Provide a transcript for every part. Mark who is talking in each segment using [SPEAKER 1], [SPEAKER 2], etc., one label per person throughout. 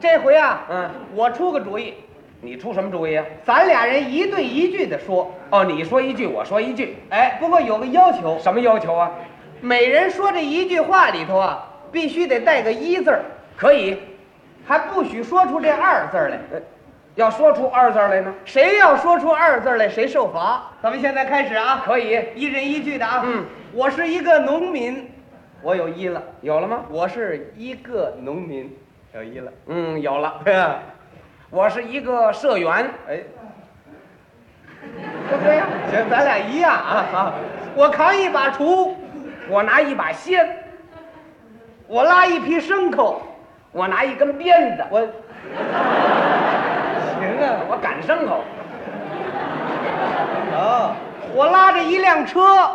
[SPEAKER 1] 这回啊，
[SPEAKER 2] 嗯，
[SPEAKER 1] 我出个主意，
[SPEAKER 2] 你出什么主意啊？
[SPEAKER 1] 咱俩人一对一句的说。
[SPEAKER 2] 哦，你说一句，我说一句，
[SPEAKER 1] 哎，不过有个要求，
[SPEAKER 2] 什么要求啊？
[SPEAKER 1] 每人说这一句话里头啊，必须得带个一字儿，
[SPEAKER 2] 可以，
[SPEAKER 1] 还不许说出这二字儿来。
[SPEAKER 2] 呃要说出二字儿来呢？
[SPEAKER 1] 谁要说出二字儿来，谁受罚。咱们现在开始啊，
[SPEAKER 2] 可以，
[SPEAKER 1] 一人一句的啊。
[SPEAKER 2] 嗯，
[SPEAKER 1] 我是一个农民，我有一了。
[SPEAKER 2] 有了吗？
[SPEAKER 1] 我是一个农民，有一了。
[SPEAKER 2] 嗯，有了。 我是一个社员，啊
[SPEAKER 1] 哎，对不对呀？行，咱俩一样啊啊！我扛一把锄，
[SPEAKER 2] 哎我拿一把锨，
[SPEAKER 1] 我拉一匹牲口，
[SPEAKER 2] 我拿一根鞭子，
[SPEAKER 1] 我行啊
[SPEAKER 2] 我赶牲口，
[SPEAKER 1] 啊！我拉着一辆车，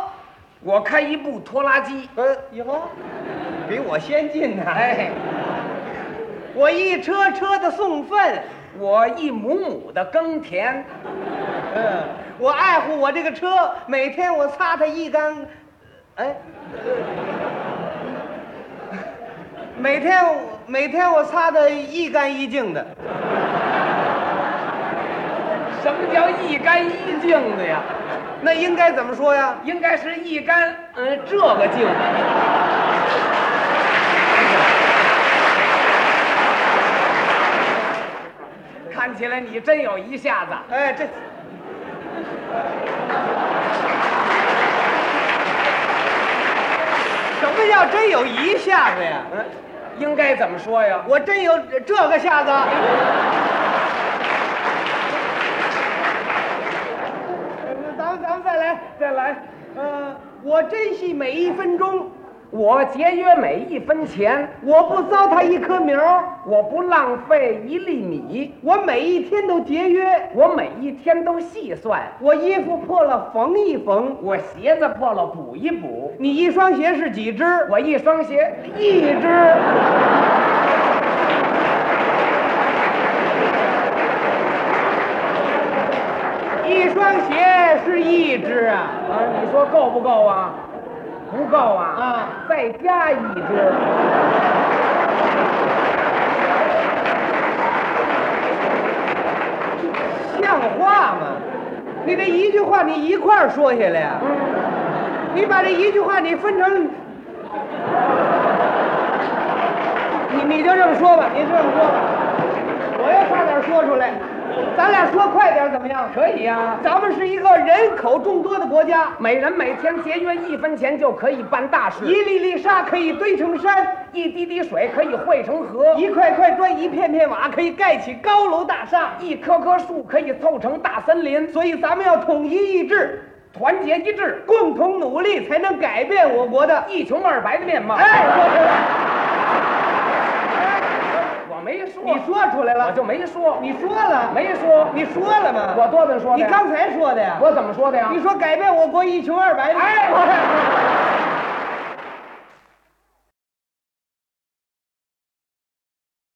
[SPEAKER 2] 我开一部拖拉机，
[SPEAKER 1] 呃，以后比我先进呢、
[SPEAKER 2] 哎，
[SPEAKER 1] 我一车车的送粪，
[SPEAKER 2] 我一亩亩的耕田，
[SPEAKER 1] 嗯，我爱护我这个车，每天我擦它一干，哎，每天我每天我擦它一干一净的。
[SPEAKER 2] 什么叫一干一净的呀？
[SPEAKER 1] 那应该怎么说呀？
[SPEAKER 2] 应该是一干，嗯，这个净。看起来你真有一下子，
[SPEAKER 1] 哎，这什么叫真有一下子呀？
[SPEAKER 2] 嗯，应该怎么说呀？
[SPEAKER 1] 我真有这个下子。 咱们咱们再来再来，呃，我珍惜每一分钟，
[SPEAKER 2] 我节约每一分钱，
[SPEAKER 1] 我不糟蹋一棵苗，
[SPEAKER 2] 我不浪费一粒米，
[SPEAKER 1] 我每一天都节约，
[SPEAKER 2] 我每一天都细算，
[SPEAKER 1] 我衣服破了缝一缝，
[SPEAKER 2] 我鞋子破了补一补，
[SPEAKER 1] 你一双鞋是几只？
[SPEAKER 2] 我一双鞋一只。
[SPEAKER 1] 一双鞋是一只啊。
[SPEAKER 2] 啊，你说够不够啊？不够啊！
[SPEAKER 1] 啊，
[SPEAKER 2] 再加一只。
[SPEAKER 1] 像话吗？你这一句话你一块儿说下来呀、你把这一句话你分成，你你就这么说吧，你这么说吧，我要差点说出来，咱俩说快点怎么样？
[SPEAKER 2] 可以呀、
[SPEAKER 1] 咱们是一个人口众多的国家，
[SPEAKER 2] 每人每天节约一分钱就可以办大事，
[SPEAKER 1] 一粒粒沙可以堆成山，
[SPEAKER 2] 一滴滴水可以汇成河，
[SPEAKER 1] 一块块砖一片片瓦可以盖起高楼大厦，
[SPEAKER 2] 一棵棵树可以凑成大森林。
[SPEAKER 1] 所以咱们要统一意志，
[SPEAKER 2] 团结一致，
[SPEAKER 1] 共同努力，才能改变我国的。
[SPEAKER 2] 一穷二白的面貌。
[SPEAKER 1] 哎，说出来。
[SPEAKER 2] 我没说，
[SPEAKER 1] 你说出来
[SPEAKER 2] 我
[SPEAKER 1] 了，
[SPEAKER 2] 就没说，
[SPEAKER 1] 你说了，
[SPEAKER 2] 没说，
[SPEAKER 1] 你说了吗？
[SPEAKER 2] 我多的说的
[SPEAKER 1] 你
[SPEAKER 2] 呀。
[SPEAKER 1] 刚才说的呀。
[SPEAKER 2] 我怎么说的呀？
[SPEAKER 1] 你说改变我国一穷二白。
[SPEAKER 2] 哎，我